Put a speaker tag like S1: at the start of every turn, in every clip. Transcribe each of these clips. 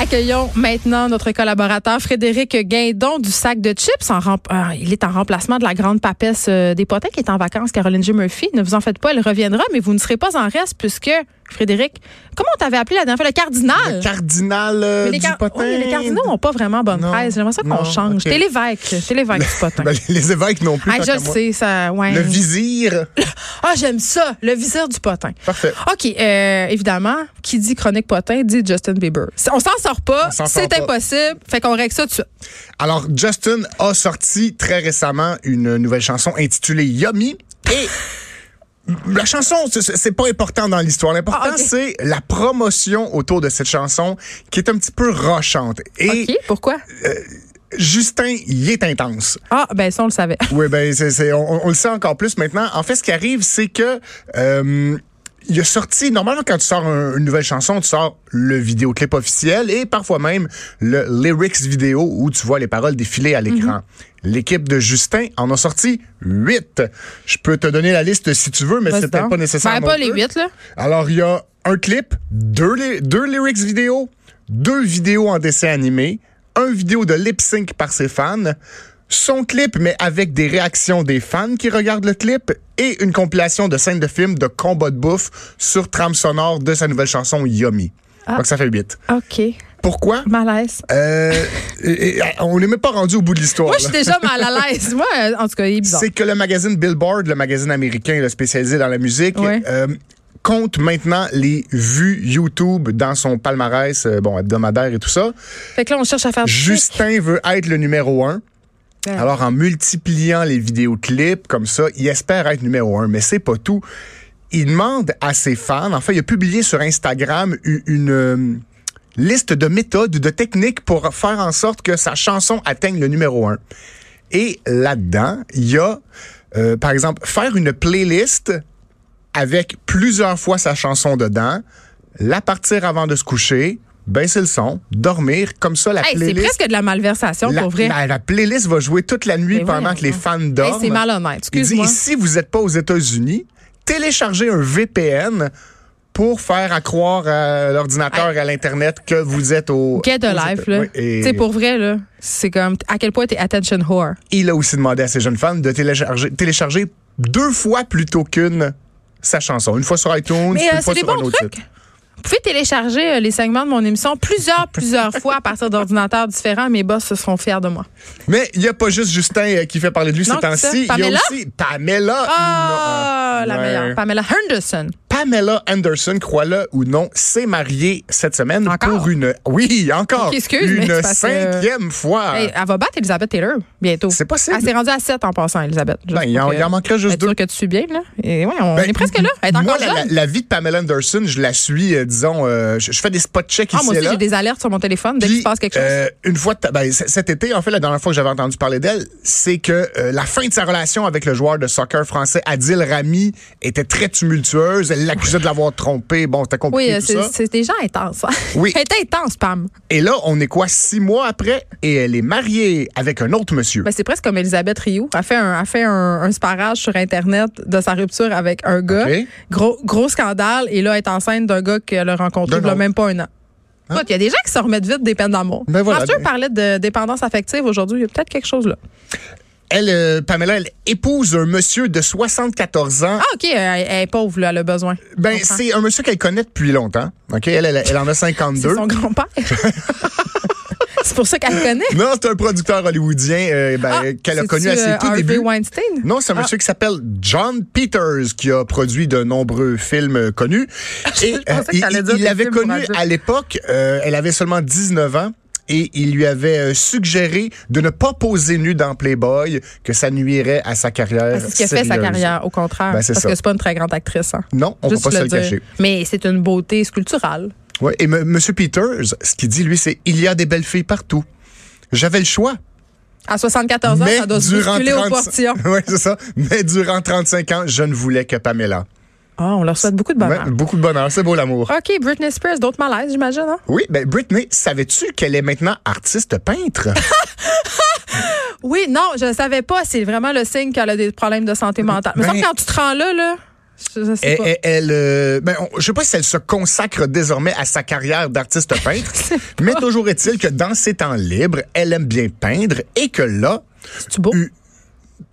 S1: Accueillons maintenant notre collaborateur Frédéric Guindon du sac de chips. En rem- euh, il est en remplacement de la grande papesse euh, des potins qui est en vacances, Caroline G. Murphy. Ne vous en faites pas, elle reviendra, mais vous ne serez pas en reste puisque, Frédéric, comment on t'avait appelé la dernière fois? Le cardinal?
S2: cardinal euh,
S1: Mais les, car-
S2: du potin.
S1: Oui, mais les cardinaux n'ont pas vraiment bonne
S2: Non.
S1: presse. J'aimerais ça qu'on
S2: Non,
S1: change.
S2: ok.
S1: T'es l'évêque. T'es l'évêque du potin.
S2: Ben, les- les évêques non plus.
S1: Ah,
S2: tant
S1: je
S2: qu'à
S1: le
S2: moi.
S1: sais, ça. Ouais.
S2: Le vizir.
S1: Ah, j'aime ça, le viseur du potin.
S2: Parfait.
S1: OK, euh, évidemment, qui dit chronique potin dit Justin Bieber. On s'en sort pas,
S2: On s'en sort
S1: c'est
S2: pas.
S1: impossible, fait qu'on règle ça tout de suite.
S2: Alors, Justin a sorti très récemment une nouvelle chanson intitulée Yummy. Et la chanson, c'est- c'est c'est pas important dans l'histoire. L'important,
S1: Ah, ok.
S2: c'est la promotion autour de cette chanson qui est un petit peu rochante. Et
S1: OK, pourquoi?
S2: Justin y est intense.
S1: Ah, ben ça, on le savait.
S2: Oui, ben c'est, c'est- on, on le sait encore plus maintenant. En fait, ce qui arrive, c'est que euh, il a sorti. Normalement, quand tu sors un- une nouvelle chanson, tu sors le vidéoclip officiel et parfois même le lyrics vidéo où tu vois les paroles défiler à l'écran.
S1: Mm-hmm.
S2: L'équipe de Justin en a sorti huit. Je peux te donner la liste si tu veux, mais
S1: Vas-y
S2: c'est peut-être
S1: donc.
S2: pas nécessaire.
S1: Ben,
S2: non
S1: pas
S2: plus.
S1: les huit, là.
S2: Alors, il y a un clip, deux, li- deux lyrics vidéo, deux vidéos en dessin animé, un vidéo de lip sync par ses fans, son clip, mais avec des réactions des fans qui regardent le clip, et une compilation de scènes de films de combat de bouffe sur trame sonore de sa nouvelle chanson Yummy.
S1: Ah.
S2: Donc, ça fait huit.
S1: OK,
S2: Pourquoi?
S1: malaise.
S2: Euh, et- et- on n'est même pas rendu au bout de l'histoire.
S1: Moi, je suis
S2: là.
S1: déjà mal à l'aise. Moi, euh, en tout cas, il est bizarre.
S2: C'est que le magazine Billboard, le magazine américain là, spécialisé dans la musique,
S1: Ouais.
S2: euh, compte maintenant les vues YouTube dans son palmarès euh, bon hebdomadaire et tout ça.
S1: Fait que là, on cherche à faire du fric.
S2: Justin veut être le numéro un.
S1: Ouais.
S2: Alors en multipliant les vidéoclips comme ça, il espère être numéro un, mais c'est pas tout. Il demande à ses fans, en fait, il a publié sur Instagram u- une, euh, liste de méthodes, de techniques pour faire en sorte que sa chanson atteigne le numéro un. Et là-dedans, il y a, euh, par exemple, faire une playlist avec plusieurs fois sa chanson dedans, la partir avant de se coucher, baisser le son, dormir, comme ça la
S1: Hey, c'est
S2: playlist.
S1: presque de la malversation,
S2: la,
S1: pour vrai.
S2: la- la playlist va jouer toute la nuit
S1: Mais
S2: pendant
S1: voyons
S2: que les
S1: donc.
S2: fans
S1: Hey,
S2: dorment.
S1: c'est malhonnête,
S2: Il dit,
S1: excuse-moi.
S2: et si vous n'êtes pas aux États-Unis, téléchargez un VPN pour faire accroire à l'ordinateur et à l'Internet que vous êtes au...
S1: Get
S2: aux
S1: a life,
S2: États-
S1: là.
S2: Oui, et-
S1: Tu sais, pour vrai, là, c'est comme à quel point t'es attention whore.
S2: Il a aussi demandé à ses jeunes fans de télécharger, télécharger deux fois plutôt qu'une sa chanson. Une fois sur iTunes,
S1: Mais
S2: une
S1: euh,
S2: fois
S1: c'est des
S2: sur un
S1: bons
S2: autre
S1: trucs.
S2: site.
S1: Vous pouvez télécharger euh, les segments de mon émission plusieurs, plusieurs fois à partir d'ordinateurs différents. Mes boss se seront fiers de moi.
S2: Mais il n'y a pas juste Justin euh, qui fait parler de lui
S1: Non,
S2: ces
S1: c'est ça.
S2: temps-ci. Il y
S1: Pamela?
S2: a aussi Pamela.
S1: Ah,
S2: Non, euh,
S1: la
S2: ouais.
S1: meilleure. Pamela Henderson.
S2: Pamela Anderson, crois-le ou non, s'est mariée cette semaine
S1: Encore?
S2: pour une. Oui, encore.
S1: Ok, excuse, mais
S2: une
S1: c'est parce que-
S2: cinquième fois.
S1: Hey, elle va battre Elizabeth Taylor bientôt.
S2: Ah. C'est possible.
S1: Elle s'est rendue à 7 en passant, Elizabeth.
S2: Ben, il en, il en manquerait juste deux.
S1: sûr que tu suis bien, là. Et ouais, on
S2: Ben,
S1: est presque là. Elle est
S2: moi,
S1: encore
S2: la, la-
S1: jeune.
S2: la vie de Pamela Anderson, je la suis, euh, disons, euh, je, je fais des spot checks
S1: Ah,
S2: ici
S1: moi
S2: et
S1: aussi,
S2: là.
S1: j'ai des alertes sur mon téléphone dès
S2: Puis,
S1: qu'il se passe quelque chose.
S2: euh, une fois, de ta- ben, c- cet été, en fait, la dernière fois que j'avais entendu parler d'elle, c'est que euh, la fin de sa relation avec le joueur de soccer français Adil Rami était très tumultueuse. Elle l'accusait de l'avoir trompé. Bon, c'était
S1: oui,
S2: compliqué
S1: euh,
S2: tout
S1: c'est
S2: ça.
S1: c'est des gens intenses. hein.
S2: Oui.
S1: Elle est intense, Pam.
S2: Et là, on est quoi six mois après et elle est mariée avec un autre monsieur.
S1: Ben, c'est presque comme Elisabeth Rioux. Elle fait un, elle fait un, un sparage sur Internet de sa rupture avec un gars.
S2: Ok.
S1: Gros, gros scandale. Et là, elle est enceinte d'un gars qu'elle a rencontré
S2: D'un
S1: il y a
S2: autre. Hein?
S1: même pas un an. Écoute, Il y a des gens qui se remettent vite des peines d'amour.
S2: Ben voilà,
S1: Arthur
S2: ben-
S1: parlait de dépendance affective aujourd'hui. Il y a peut-être quelque chose là.
S2: Elle, euh, Pamela, elle épouse un monsieur de 74 ans.
S1: Ah, OK, elle, elle est pauvre, là, elle a besoin.
S2: ben,
S1: Je comprends.
S2: c'est un monsieur qu'elle connaît depuis longtemps. Ok, elle, elle, elle en a 52.
S1: C'est son grand-père. c'est pour ça qu'elle le connaît.
S2: Non, c'est un producteur hollywoodien euh, ben,
S1: Ah,
S2: qu'elle a
S1: c'est-tu,
S2: connu à ses
S1: euh,
S2: tout
S1: Harvey
S2: débuts.
S1: Weinstein? Ah.
S2: Non, c'est un monsieur qui s'appelle John Peters qui a produit de nombreux films euh, connus. Et
S1: pensais que
S2: il
S1: t'allais
S2: il-
S1: dire
S2: il
S1: des
S2: l'avait
S1: films pour
S2: connu
S1: adultes.
S2: à l'époque, euh, elle avait seulement 19 ans. Et il lui avait euh, suggéré de ne pas poser nu dans Playboy, que ça nuirait à sa carrière.
S1: Ah, C'est ce qu'elle fait, sa
S2: sérieuse.
S1: carrière, au contraire.
S2: Ben, c'est
S1: parce
S2: ça.
S1: que c'est pas une très grande actrice. Hein.
S2: Non, on ne
S1: Juste
S2: peut pas se
S1: le
S2: le
S1: dire.
S2: cacher.
S1: Mais c'est une beauté sculpturale.
S2: Ouais, et M. Monsieur Peters, ce qu'il dit, lui, c'est il y a des belles filles partout. J'avais le choix.
S1: À 74 ans,
S2: mais
S1: ça doit se
S2: durant
S1: bousculer
S2: 35
S1: au portillon.
S2: Ouais, c'est ça. Mais durant 35 ans, je ne voulais que Pamela.
S1: Ah, on leur souhaite beaucoup de bonheur.
S2: Ouais, beaucoup de bonheur. C'est beau l'amour.
S1: OK, Britney Spears, d'autres malaises, j'imagine. Hein?
S2: Oui, ben Britney, savais-tu qu'elle est maintenant artiste peintre?
S1: Oui, non, je ne savais pas. C'est vraiment le signe qu'elle a des problèmes de santé mentale. Mais
S2: Ben-
S1: semble que quand tu te rends là, là, je, je sais
S2: Elle,
S1: pas.
S2: elle- elle, euh, ben, on- je sais pas si elle se consacre désormais à sa carrière d'artiste peintre, mais toujours est-il que dans ses temps libres, elle aime bien peindre et que là,
S1: C'est-tu beau?
S2: eu-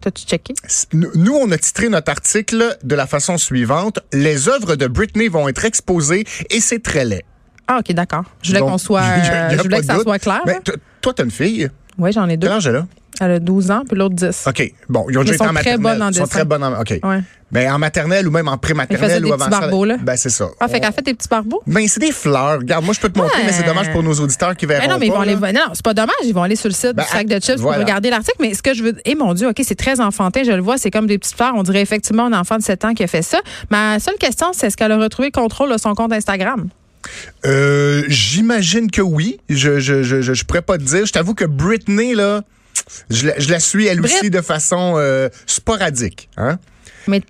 S1: T'as-tu checké?
S2: s- nous- nous, on a titré notre article de la façon suivante Les œuvres de Britney vont être exposées et c'est très laid.
S1: Ah, OK, d'accord. Je voulais
S2: Donc,
S1: qu'on soit.
S2: y a- y a
S1: je voulais
S2: pas
S1: que
S2: de
S1: ça
S2: doute.
S1: soit clair.
S2: Ben, t- toi, t'as une fille.
S1: oui, j'en ai deux.
S2: Quel âge elle a?
S1: Elle a 12 ans, puis l'autre 10.
S2: OK. Bon, ils ont
S1: Mais
S2: déjà été
S1: sont
S2: en
S1: très
S2: maternelle.
S1: bonnes en
S2: ils sont
S1: dessin.
S2: très bonnes en... OK.
S1: Ouais.
S2: Ben, en maternelle ou même
S1: Ils
S2: en
S1: faisaient
S2: prématernelle
S1: des
S2: ou avant
S1: petits
S2: ça.
S1: barbeaux, là.
S2: Ben, c'est ça.
S1: Ah, fait
S2: On-
S1: qu'elle fait des petits barbeaux?
S2: Ben, c'est des fleurs. Regarde, moi, je peux te montrer,
S1: Ouais.
S2: mais c'est dommage pour nos auditeurs qui verront
S1: Ben non, mais ils
S2: pas,
S1: vont aller.
S2: là.
S1: Non, c'est pas dommage. Ils vont aller sur le site
S2: Ben,
S1: du sac de chips
S2: voilà.
S1: pour regarder l'article. Mais ce que je veux. Eh mon Dieu, OK, c'est très enfantin, je le vois. C'est comme des petites fleurs. On dirait effectivement un enfant de 7 ans qui a fait ça. Ma seule question, c'est est-ce qu'elle a retrouvé le contrôle de son compte Instagram?
S2: Euh, J'imagine que oui. Je, je, je, je, je pourrais pas te dire. Je t'avoue que Britney, là, je la, je la suis elle
S1: Brit-
S2: aussi de façon euh, sporadique. Hein?
S1: Mais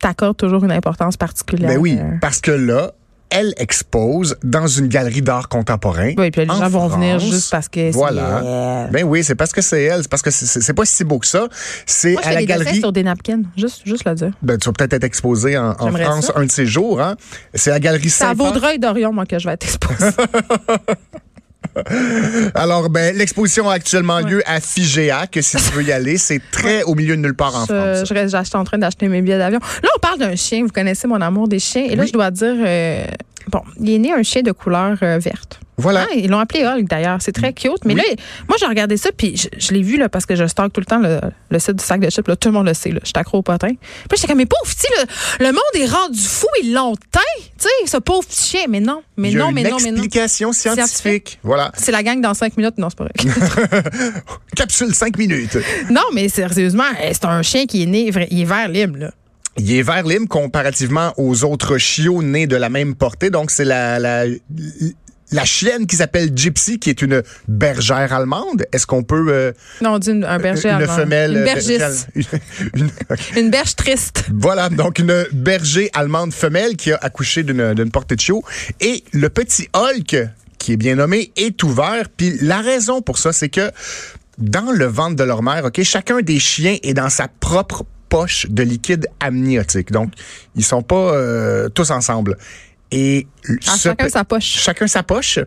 S1: t'accordes toujours une importance particulière.
S2: Ben oui,
S1: Euh,
S2: parce que là, elle expose dans une galerie d'art contemporain.
S1: Oui, puis les
S2: en
S1: gens vont venir
S2: France.
S1: juste parce que c'est euh,
S2: Voilà.
S1: elle.
S2: Ben oui, c'est parce que c'est elle. C'est parce que c'est- c'est c'est pas si beau que ça. C'est
S1: Moi, je
S2: à
S1: fais
S2: la
S1: des dessins
S2: galerie.
S1: sur des napkins. Juste, juste le dire.
S2: Ben, tu vas peut-être être exposé en, en
S1: J'aimerais
S2: France
S1: ça.
S2: un de ces jours. Hein? C'est la galerie
S1: C'est à
S2: saint
S1: Vaudreuil d'Orion, moi, que je vais être exposée.
S2: Alors, ben, l'exposition a actuellement lieu à Figeac. Si tu veux y aller, c'est très au milieu de nulle part en France.
S1: je, je reste- j'étais en train d'acheter mes billets d'avion. Là, on parle d'un chien. Vous connaissez mon amour des chiens. Et là,
S2: Oui.
S1: je dois dire, euh, bon, il est né un chien de couleur euh, verte.
S2: Voilà.
S1: Ah, ils l'ont appelé Hulk d'ailleurs, c'est très cute. Mais là, moi j'ai regardé ça puis je, je l'ai vu là parce que je stocke tout le temps le, le site du sac de chips. Là, tout le monde le sait, là. je suis accro au potin. Puis là, j'étais comme mais pauvre petit, le, le monde est rendu fou, ils l'ont teint, tu sais, ce pauvre petit chien. Mais non, mais
S2: Il y a
S1: non,
S2: une
S1: mais non, mais non.
S2: explication scientifique.
S1: Scientifique.
S2: Voilà.
S1: C'est la gang dans cinq minutes, non, c'est pas vrai.
S2: Capsule 5 minutes.
S1: non, mais sérieusement, eh, c'est un chien qui est né, vrai- il est vert libre, là.
S2: Il est vert lime comparativement aux autres chiots nés de la même portée. Donc, c'est la, la, la chienne qui s'appelle Gypsy, qui est une bergère allemande. Est-ce qu'on peut... euh,
S1: Non, on dit une, un berger
S2: une
S1: allemand.
S2: femelle...
S1: Une
S2: euh,
S1: bergiste.
S2: bergère- une-
S1: Une berge triste.
S2: Voilà, donc une berger allemande femelle qui a accouché d'une d'une portée de chiot. Et le petit Hulk, qui est bien nommé, est ouvert. Puis la raison pour ça, c'est que dans le ventre de leur mère, OK, chacun des chiens est dans sa propre poche de liquide amniotique. Donc, ils sont pas euh, tous ensemble. Et
S1: Ah,
S2: ce
S1: chacun
S2: pe-
S1: sa poche.
S2: Chacun sa poche.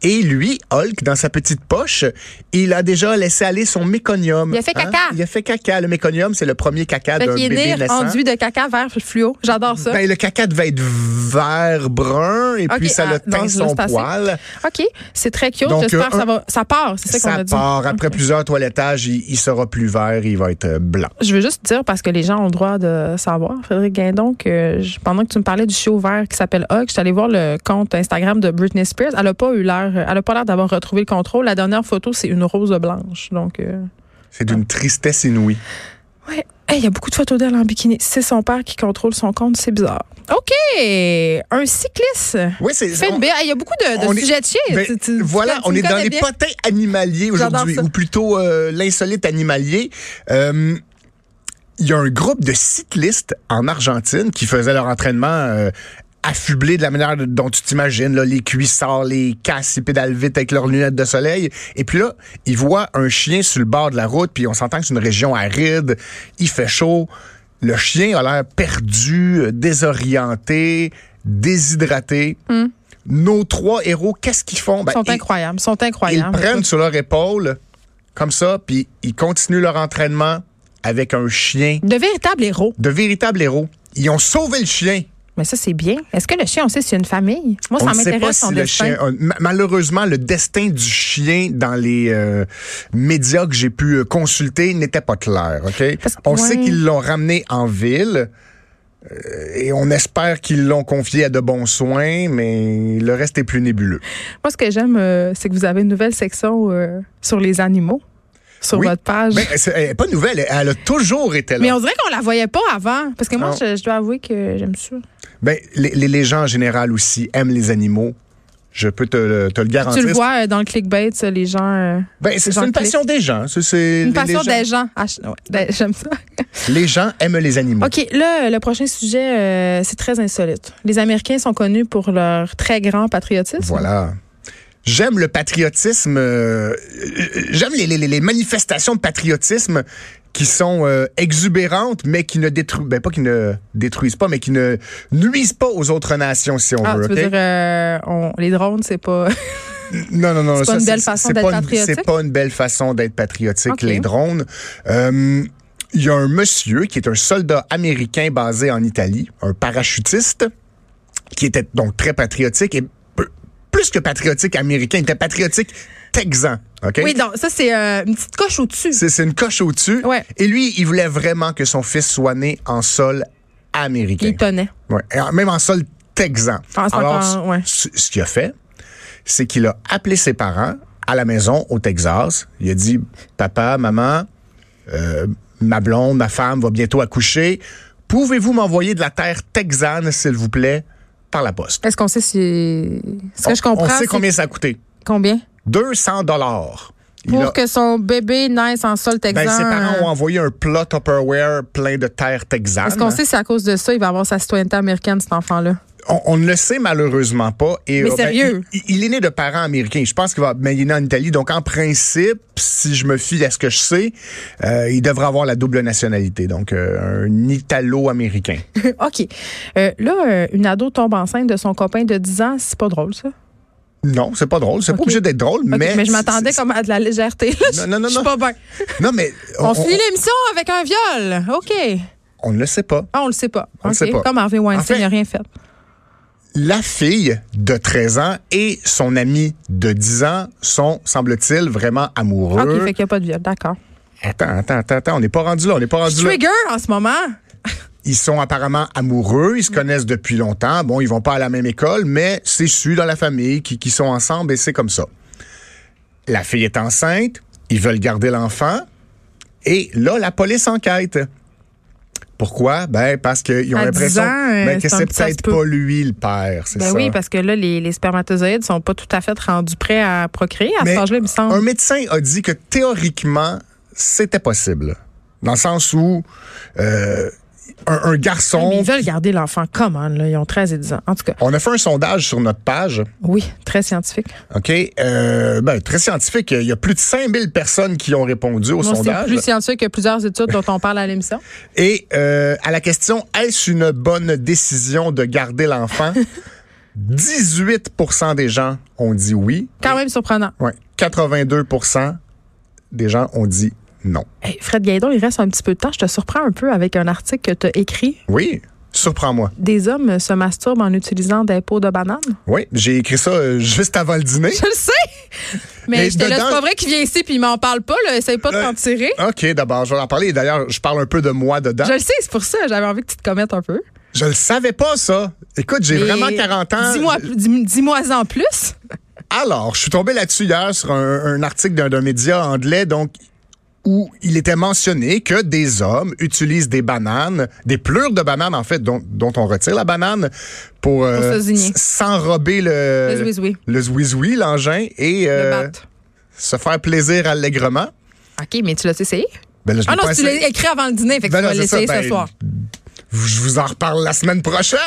S2: Et lui, Hulk, dans sa petite poche, il a déjà laissé aller son méconium. Hein?
S1: Il a fait caca.
S2: Il a fait caca. Le méconium, c'est le premier caca
S1: Fait
S2: d'un
S1: qu'il est
S2: bébé
S1: né
S2: naissant.
S1: enduit de caca vert fluo. J'adore ça.
S2: Ben, le caca devait être vert brun et
S1: Ok,
S2: puis ça
S1: ah,
S2: le
S1: non,
S2: teint
S1: là,
S2: son
S1: c'est assez.
S2: poil.
S1: OK, c'est très cute.
S2: Donc,
S1: J'espère
S2: euh,
S1: que ça,
S2: un-
S1: va, ça part, c'est ça qu'on
S2: Ça
S1: a dit.
S2: part. Après plusieurs toilettages, il, il sera plus vert, il va être euh, blanc.
S1: Je veux juste dire, parce que les gens ont le droit de savoir, Frédéric Guindon, que je- pendant que tu me parlais du chiot vert qui s'appelle Hug, je suis allée voir le compte Instagram de Britney Spears. Elle n'a pas eu l'air, elle a pas l'air d'avoir retrouvé le contrôle. La dernière photo, c'est une rose blanche. Donc, euh,
S2: C'est d'une tristesse inouïe.
S1: ouais. Hey, Il y a beaucoup de photos d'elle en bikini. C'est son père qui contrôle son compte, c'est bizarre. OK! Un cycliste.
S2: Oui, c'est
S1: Fait
S2: on-
S1: de- hey, Il y a beaucoup euh, de, de
S2: on est-
S1: sujets de chiens.
S2: ben,
S1: Tu- tu- tu-
S2: voilà,
S1: tu
S2: on
S1: me
S2: est dans
S1: connais
S2: les
S1: bien.
S2: potins animaliers
S1: J'adore
S2: aujourd'hui,
S1: ça.
S2: ou plutôt euh, l'insolite animalier. Euh, il y a un groupe de cyclistes en Argentine qui faisaient leur entraînement euh, affublé de la manière de- dont tu t'imagines, là, les cuissards, les casses, ils pédalent vite avec leurs lunettes de soleil. Et puis là, ils voient un chien sur le bord de la route, puis on s'entend que c'est une région aride, il fait chaud. Le chien a l'air perdu, euh, désorienté, déshydraté. Nos trois héros, qu'est-ce qu'ils font? Ben,
S1: Hmm. Ils sont
S2: ils-
S1: incroyables, ils sont
S2: ils
S1: incroyables.
S2: le prennent sur leur épaule, comme ça, puis ils continuent leur entraînement avec un chien
S1: De véritables héros.
S2: de véritables héros. Ils ont sauvé le chien.
S1: Mais ça, c'est bien. Est-ce que le chien, on sait s'il y a une famille? Moi,
S2: on
S1: ça
S2: ne sait pas
S1: m'intéresse
S2: si
S1: son
S2: le
S1: destin.
S2: chien. a- ma- malheureusement, le destin du chien dans les euh, médias que j'ai pu euh, consulter n'était pas clair. Ok.
S1: Parce que-
S2: on
S1: ouais.
S2: sait qu'ils l'ont ramené en ville. euh, Et on espère qu'ils l'ont confié à de bons soins, mais le reste est plus nébuleux.
S1: Moi, ce que j'aime, euh, c'est que vous avez une nouvelle section euh, sur les animaux sur
S2: Oui.
S1: votre page.
S2: Mais euh, c'est- elle est pas nouvelle, elle a toujours été là.
S1: Mais on dirait qu'on la voyait pas avant. Parce que moi,
S2: Non.
S1: je, je dois avouer que j'aime ça.
S2: Ben, les, les- les gens en général aussi aiment les animaux. Je peux te, le- te le garantir.
S1: Tu le vois euh, dans le clickbait, ça, les gens. euh,
S2: Ben, c'est
S1: les
S2: c'est
S1: gens
S2: une
S1: cliquent.
S2: passion des gens. C'est- c'est-
S1: Une
S2: les-
S1: passion
S2: les gens,
S1: des gens. Ah, je- ouais, ben, j'aime ça.
S2: les gens aiment les animaux.
S1: OK, là, le prochain sujet, euh, c'est très insolite. Les Américains sont connus pour leur très grand patriotisme.
S2: Voilà. J'aime le patriotisme. euh, J'aime les, les- les manifestations de patriotisme qui sont euh, exubérantes, mais qui ne détruisent, ben pas qui ne détruisent pas, mais qui ne nuisent pas aux autres nations, si on
S1: Ah,
S2: veut.
S1: tu veux
S2: ok?
S1: dire, euh, on- les drones, c'est pas.
S2: Non, non, non.
S1: C'est pas
S2: ça,
S1: une belle façon
S2: c'est
S1: d'être
S2: pas une-
S1: patriotique?
S2: C'est pas une belle façon d'être patriotique,
S1: Ok.
S2: les drones. Euh, Il y a un monsieur qui est un soldat américain basé en Italie, un parachutiste, qui était donc très patriotique et peu- plus que patriotique américain, il était patriotique texan. OK?
S1: Oui, donc, ça, c'est euh, une petite coche au-dessus.
S2: C'est c'est une coche au-dessus.
S1: Ouais.
S2: Et lui, il voulait vraiment que son fils soit né en sol américain.
S1: Il tenait.
S2: Ouais, et en- même en sol texan.
S1: Ah, c'est
S2: Alors,
S1: encore- ouais.
S2: ce, ce qu'il a fait, c'est qu'il a appelé ses parents à la maison au Texas. Il a dit Papa, maman, euh, ma blonde, ma femme va bientôt accoucher. Pouvez-vous m'envoyer de la terre texane, s'il vous plaît, par la poste?
S1: Est-ce qu'on sait si. Ce que je comprends.
S2: on sait
S1: c'est
S2: combien ça a coûté.
S1: combien?
S2: 200 dollars. ben,
S1: Pour que son bébé naisse en sol texan. euh,
S2: ses parents ont envoyé un plat Tupperware plein de terre texane.
S1: Est-ce qu'on sait si à cause de ça, il va avoir sa citoyenneté américaine, cet enfant-là?
S2: On, on ne le sait malheureusement pas. Et,
S1: Mais
S2: euh, ben,
S1: sérieux?
S2: il, il est né de parents américains. Je pense qu'il va, mais il est né en Italie. Donc, en principe, si je me fie à ce que je sais, euh, il devrait avoir la double nationalité. Donc, euh, un Italo-américain.
S1: OK. Euh, là, euh, une ado tombe enceinte de son copain de 10 ans. C'est pas drôle, ça.
S2: Non, c'est pas drôle. C'est
S1: Ok.
S2: pas obligé d'être drôle,
S1: OK,
S2: mais.
S1: mais je
S2: c'est-
S1: m'attendais
S2: c'est-
S1: comme à de la légèreté. là.
S2: Non, non, non,
S1: Je suis
S2: non.
S1: pas bien.
S2: Non, mais.
S1: On, finit l'émission avec un viol. OK.
S2: on ne le sait pas.
S1: Ah, on le sait pas.
S2: On le
S1: OK.
S2: sait pas.
S1: Comme Harvey Weinstein,
S2: En fait-
S1: il n'a rien fait.
S2: La fille de 13 ans et son ami de 10 ans sont, semble-t-il, vraiment amoureux.
S1: OK, fait qu'il n'y a pas de viol. D'accord.
S2: Attends, attends, attends, attends. On n'est pas rendu là. On n'est pas rendu là.
S1: Trigger en ce moment.
S2: Ils sont apparemment amoureux,
S1: Mm.
S2: ils se connaissent depuis longtemps. Bon, ils vont pas à la même école, mais c'est su dans la famille qui, qui sont ensemble et c'est comme ça. La fille est enceinte, ils veulent garder l'enfant et là la police enquête. Pourquoi Ben parce qu'ils ont
S1: À 10
S2: l'impression
S1: ans, euh,
S2: ben, que
S1: c'est un
S2: c'est
S1: petit- ça
S2: peut-être
S1: se peut.
S2: pas lui le père, c'est
S1: Ben
S2: ça.
S1: oui, parce que là, les, les spermatozoïdes sont pas tout à fait rendus prêts à procréer à
S2: Mais
S1: cet âge-là, il me semble. Ah,
S2: Un médecin a dit que théoriquement, c'était possible. Dans le sens où euh, un, un
S1: Mais
S2: garçon.
S1: ils veulent garder l'enfant. Comment, là? Ils ont 13 et 10 ans. En tout cas,
S2: On a fait un sondage sur notre page.
S1: oui, très scientifique.
S2: OK. Euh, ben, très scientifique. Il y a plus de 5000 personnes qui ont répondu au
S1: Bon, c'est
S2: sondage.
S1: plus scientifique que plusieurs études dont on parle à l'émission.
S2: Et euh, à la question est-ce une bonne décision de garder l'enfant 18 des gens ont dit oui.
S1: Quand même surprenant.
S2: Ouais. 82 des gens ont dit non.
S1: Hey, Fred Gaidon, il reste un petit peu de temps. Je te surprends un peu avec un article que tu as écrit.
S2: Oui. Surprends-moi.
S1: Des hommes se masturbent en utilisant des peaux de banane.
S2: Oui, j'ai écrit ça euh, juste avant le dîner.
S1: Je le sais! Mais,
S2: Mais
S1: je te laisse
S2: dedans- Euh,
S1: pas vrai qu'il vient ici puis il m'en parle pas. Là. Essaye pas de t'en tirer.
S2: OK, d'abord, je vais en parler. D'ailleurs, je parle un peu de moi dedans.
S1: Je le sais, c'est pour ça. J'avais envie que tu te commettes un peu.
S2: Je le savais pas, ça. Écoute, j'ai
S1: Et
S2: vraiment 40 ans.
S1: Dis-moi dis- dis-moi en plus.
S2: Alors, je suis tombé là-dessus hier sur un, un article d'un d'un média anglais, donc où il était mentionné que des hommes utilisent des bananes, des plures de bananes en fait, dont, dont on retire la banane pour, euh,
S1: se zigner.
S2: s- s'enrober le
S1: Le zouizoui.
S2: le zouizoui, l'engin et
S1: Le
S2: euh,
S1: battre.
S2: se faire plaisir allègrement.
S1: OK, mais tu l'as essayé?
S2: Ben là, je
S1: Ah
S2: l'ai
S1: non,
S2: pas
S1: tu
S2: essayé.
S1: l'as écrit avant le dîner, fait que
S2: Ben
S1: tu
S2: non,
S1: vas
S2: c'est
S1: l'essayer
S2: ça,
S1: ce
S2: ben,
S1: soir.
S2: Je vous en reparle la semaine prochaine.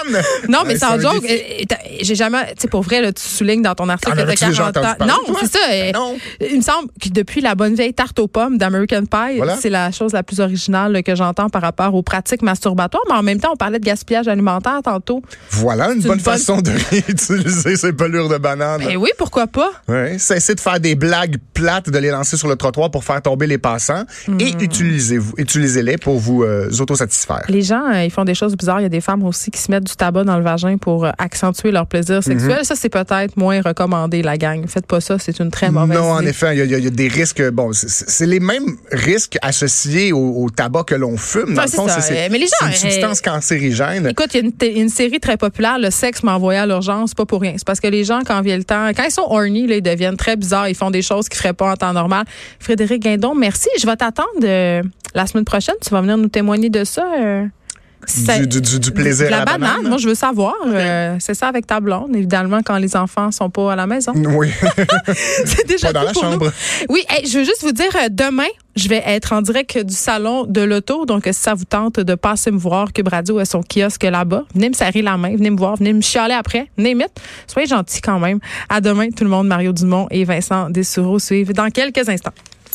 S1: Non, mais
S2: Ben,
S1: sans
S2: c'est un
S1: joke,
S2: défi. Ah,
S1: euh, t'as- j'ai jamais. Tu sais, pour vrai, là, tu soulignes dans ton article
S2: T'en
S1: que t'as
S2: avais-tu déjà
S1: 40 ans.
S2: entendu parler,
S1: non,
S2: toi?
S1: c'est ça.
S2: Ben
S1: euh,
S2: non.
S1: Il me semble que depuis la bonne vieille tarte aux pommes d'American Pie,
S2: Voilà.
S1: c'est la chose la plus originale là, que j'entends par rapport aux pratiques masturbatoires. Mais en même temps, on parlait de gaspillage alimentaire tantôt.
S2: Voilà une
S1: C'est une
S2: bonne,
S1: bonne-
S2: façon de réutiliser ces pelures de bananes.
S1: Ben oui, pourquoi pas?
S2: Ouais, cessez de faire des blagues plates, de les lancer sur le trottoir pour faire tomber les passants
S1: Mm.
S2: et utilisez-vous, utilisez-les pour vous euh, autosatisfaire.
S1: Les gens, euh, ils font des choses bizarres. Il y a des femmes aussi qui se mettent du tabac dans le vagin pour euh, accentuer leur plaisir sexuel.
S2: Mhm.
S1: Ça, c'est peut-être moins recommandé, la gang. Faites pas ça, c'est une très mauvaise
S2: Non, en
S1: idée.
S2: effet, il y a- il y, a- il y a des risques. Bon, c'est- c'est c'est les mêmes risques associés au, au tabac que l'on fume. Dans
S1: Ouais,
S2: le
S1: c'est
S2: fond,
S1: ça.
S2: c'est- c'est
S1: Mais les gens,
S2: c'est une
S1: euh,
S2: substance cancérigène.
S1: Écoute, il y a une, t- une série très populaire, Le sexe m'a envoyé à l'urgence, pas pour rien. C'est parce que les gens, quand vient le temps, quand ils sont horny, là, ils deviennent très bizarres, ils font des choses qu'ils feraient pas en temps normal. Frédéric Guindon, merci. Je vais t'attendre euh, la semaine prochaine. Tu vas venir nous témoigner de ça. euh, Ça-
S2: du, du- du- du plaisir
S1: De la
S2: à la
S1: banane,
S2: banane. hein?
S1: moi, je veux savoir. euh, c'est ça avec ta blonde, évidemment, quand les enfants sont pas à la maison.
S2: Oui.
S1: C'est déjà
S2: Pas dans
S1: tout
S2: la
S1: pour nous.
S2: chambre.
S1: Oui, hey, je veux juste vous dire, euh, demain, je vais être en direct du salon de l'auto. Donc, euh, si ça vous tente de passer me voir, Cube Radio a son kiosque là-bas. Venez me serrer la main, venez me voir, venez me chialer après. Name it. Soyez gentils quand même. À demain, tout le monde. Mario Dumont et Vincent Dessureau suivent dans quelques instants.